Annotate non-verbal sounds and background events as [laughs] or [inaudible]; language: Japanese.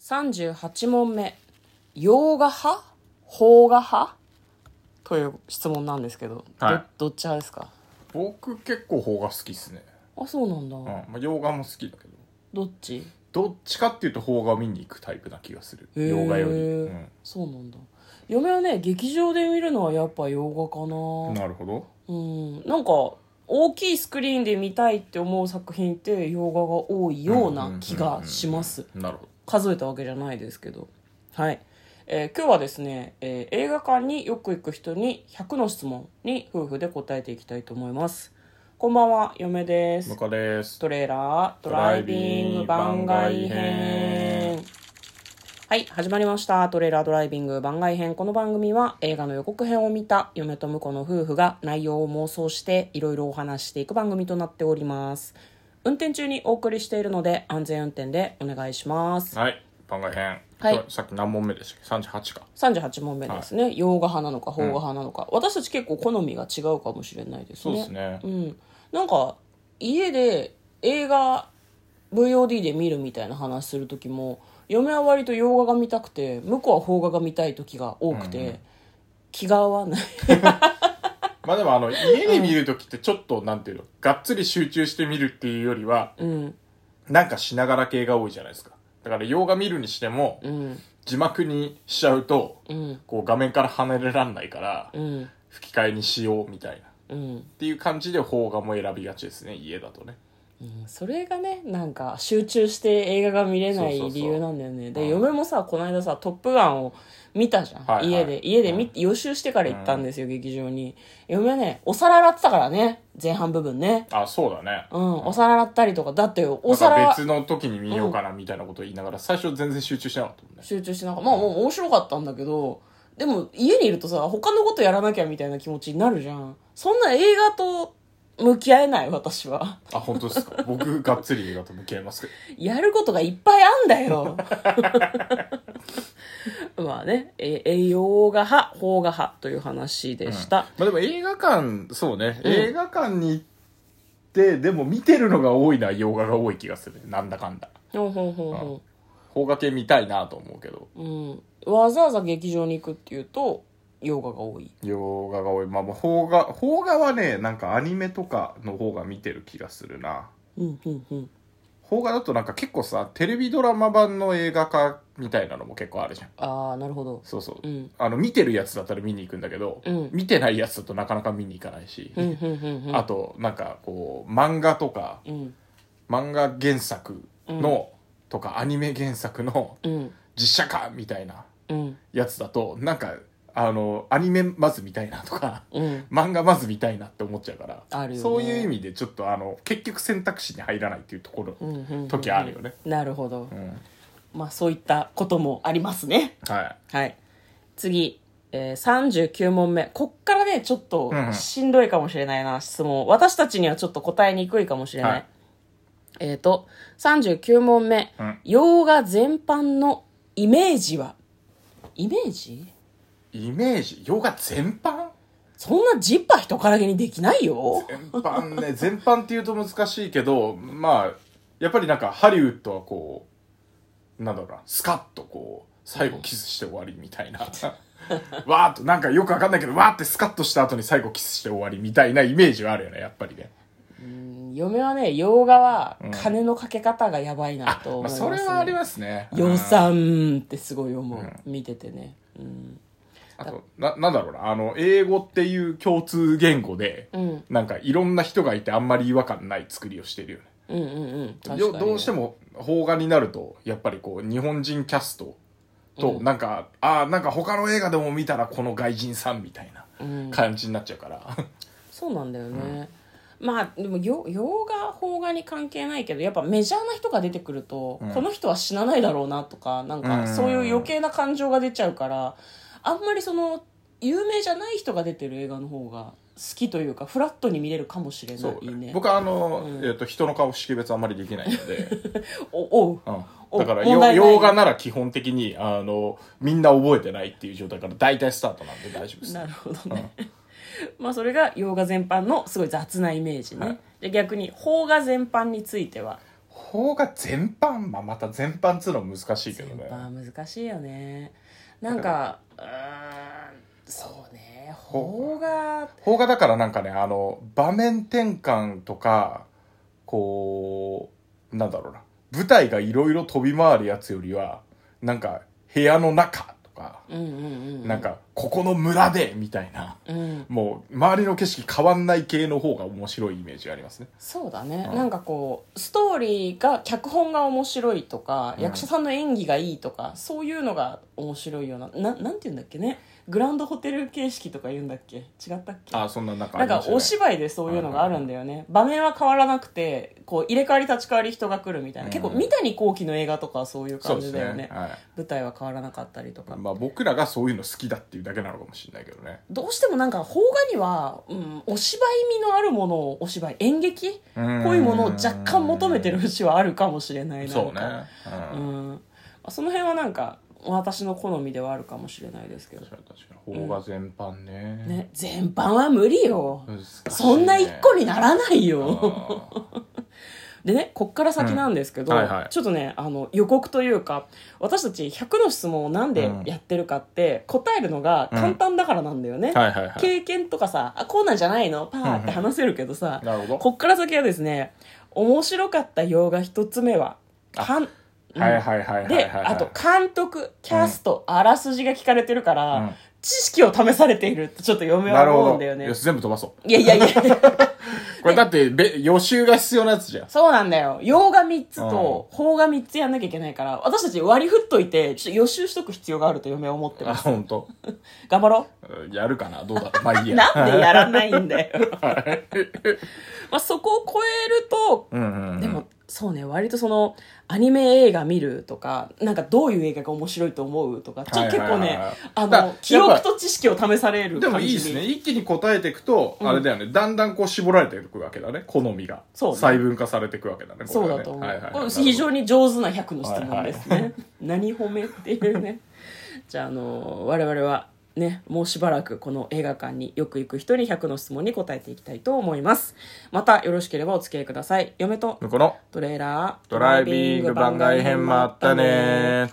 38問目洋画派邦画派という質問なんですけど、はいどどっち派ですか僕結構邦画好きっすね、あそうなんだ、うんまあ、洋画も好きだけどどっちどっちかっていうと邦画を見に行くタイプな気がするへー洋画より、うんそうなんだ嫁はね劇場で見るのはやっぱ洋画かななるほどうんなんか大きいスクリーンで見たいって思う作品って洋画が多いような気がしますうんうんうんうんなるほ数えたわけじゃないですけどはい、えー今日はですね、えー映画館によく行く人に100の質問に夫婦で答えていきたいと思いますこんばんは嫁でどす向こですトレーラードライビング番外編はい始まりましたトレーラードライビング番外編この番組は映画の予告編を見た嫁と婿の夫婦が内容を妄想していろいろお話ししていく番組となっております運転中にお送りしているので安全運転でお願いしますはい番外編、はい今日さっき何問目でしたっけ38か38問目ですね、洋画派なのか邦画派なのか、私たち結構好みが違うかもしれないですそうねですねうん、なんか家で映画 VOD で見るみたいな話する時も嫁は割と洋画が見たくて向こうは邦画が見たい時が多くて、気が合わないまあでもあの家で見る時ってちょっとなんていうのがっつり集中して見るっていうよりは、んなんかしながら系が多いじゃないですかだから洋画見るにしても、うん字幕にしちゃうと、うんこう画面から離れらんないから、うん吹き替えにしようみたいうなっん、ていう感じで邦画も選びがちですね家だとねうんそれがねなんか集中して映画が見れないそうそうそう理由なんだよねうんで嫁もさこの間さ「トップガン」を見たじゃん、はいはい家で家で見、予習してから行ったんですよ、劇場に嫁はねお皿洗ってたからね前半部分ねあそうだねうん、お皿洗ったりとかだっておだか皿ら別の時に見ようかなみたいなことを言いながら、最初全然集中しなかったもんね集中してなんかまあもう面白かったんだけどでも家にいるとさ他のことやらなきゃみたいな気持ちになるじゃんそんな映画と向き合えない私はあ本当ですか僕がっつり映画と向き合いますけどやることがいっぱいあんだよ [laughs] まあねえ栄養が派法が派という話でした、まあでも映画館そうね、映画館に行ってでも見てるのが多いな洋画が多い気がするなんだかんだほうほうほうほ邦画系見たいなと思うけどう、うん、わざわざ劇場に行くっていうと洋画が多い洋画が多いまあまあ邦画邦画はねなんかアニメとかの方が見てる気がするなうんうんうん邦画だとなんか結構さテレビドラマ版の映画化みたいなのも結構あるじゃんああなるほどそうそうう、んあの見てるやつだったら見に行くんだけど、うん見てないやつだとなかなか見に行かないし、うんうんうんうんあとなんかこう漫画とかうん漫画原作の、とかアニメ原作のうん実写化みたいなうんやつだとなんかあのアニメまず見たいなとか [laughs] うん漫画まず見たいなって思っちゃうからあるよねそういう意味でちょっとあの結局選択肢に入らないっていうところ、うんうんうん時あるよね、なるほど、うんまあそういったこともありますねはいはい次、えー、39問目こっからねちょっとうんうんしんどいかもしれないな、質問私たちにはちょっと答えにくいかもしれない、はいえっ、と39問目、うん洋画全般のイメージはイメージイメージ洋画全般そんなジッパー人からげにできないよ全般ね [laughs] 全般っていうと難しいけどまあやっぱりなんかハリウッドはこうなんだろうなスカッとこう最後キスして終わりみたいなわーっとなんかよくわかんないけどわーってスカッとした後に最後キスして終わりみたいなイメージはあるよねやっぱりね嫁はね洋画は金のかけ方がやばいなあ、と思いままあ、す、ねそれはありますね予算ってすごい思う、見ててねうんあとななんだろうなあの英語っていう共通言語で、んなんかいろんな人がいてあんまり違和感ない作りをしてるよねうんうんうん確かによどうしても邦画になるとやっぱりこう日本人キャストと、なんかああなんか他の映画でも見たらこの外人さんみたいな感じになっちゃ [laughs] うから、そうなんだよね、まあでもよ洋画邦画に関係ないけどやっぱメジャーな人が出てくると、この人は死なないだろうなとかなんうかんそういう余計な感情が出ちゃうからあんまりその有名じゃない人が出てる映画の方が好きというかフラットに見れるかもしれないそうね僕はあの、えっと人の顔識別あんまりできないので、 [laughs] おおううおん、だから問題ないよ洋画なら基本的にあのみんな覚えてないっていう状態から大体スタートなんで大丈夫ですなるほどね、 [laughs] まあそれが洋画全般のすごい雑なイメージね、はいで逆に邦画全般については邦画全般、まあ、また全般っつうのは難しいけど全ね般難しいよねなんかうーんそうね邦画邦画だからなんかねあの場面転換とかこうなんだろうな舞台がいろいろ飛び回るやつよりはなんか部屋の中とか、うんうんうんなんかここの村でみたいなうんもう周りの景色変わんない系の方が面白いイメージがありますねそうだね、うんなんかこうストーリーが脚本が面白いとか、うん役者さんの演技がいいとかそういうのが面白いようなななんて言うんだっけねグランドホテル形式とか言うんだっけ違ったっけあそんな中なんかお芝居でそういうのがあるんだよね、場面は変わらなくてこう入れ替わり立ち替わり人が来るみたいな、うん結構三谷幸喜の映画とかはそういうそ感うでじすだよねね、はい舞台は変わらなかったりとか、まあ、僕らがそういうの好きだっていうだけなのかもしれないけどねどうしてもなんか邦画には、うん、お芝居味のあるものをお芝居演劇こういうものを若干求めてる節はあるかもしれないなそうね、ううんん、まあその辺はなんか私の好みではあるかもしれないですけど確かに確かに邦画全般ね,、ね全般は無理よ難しいねそんな一個にならない [laughs] よあでねこっから先なんですけど、うんはいはいちょっとねあの予告というか私たち100の質問をなんでやってるかって答えるのが簡単だからなんだよね、ーはいはいはい経験とかさあこうなんじゃないのパーって話せるけどさ、なるほどこっから先はですね面白かった洋画一つ目はかんはいはいはいはいはいで、はいあと監督キャスト、あらすじが聞かれてるから、うん知識を試されているってちょっと嫁なるはほ思うどんだよねよし全部飛ばそういやい [laughs] やいやこれだってべ予習が必要なやつじゃんそうなんだよ洋画3つと邦画3つやんなきゃいけないから私たち割り振っといてちょっと予習しとく必要があると嫁は思ってあます本当。頑張ろうんやるかなどうだろうまあいいうやなんでやらないんだ [laughs] よまあそこを超えるとうんうんうんでもそうね割とそのアニメ映画見るとかなんかどういう映画が面白いと思うとかちょはい結はいは構いはいねあだからの記やっ憶ぱと知識を試されるでも感じいいにですね一気に答えていくと、あれだよねだんだんこう絞られていくわけだね好みがそうね細分化されていくわけだねそうこれはだねと思う、はいはいはいこれ非常に上手な100の質問ですね、は何褒めっていうね [laughs] じゃああの我々はねもうしばらくこの映画館によく行く人に100の質問に答えていきたいと思いますまたよろしければお付き合いください嫁と向こうのトレーラードライビング番外編もあったね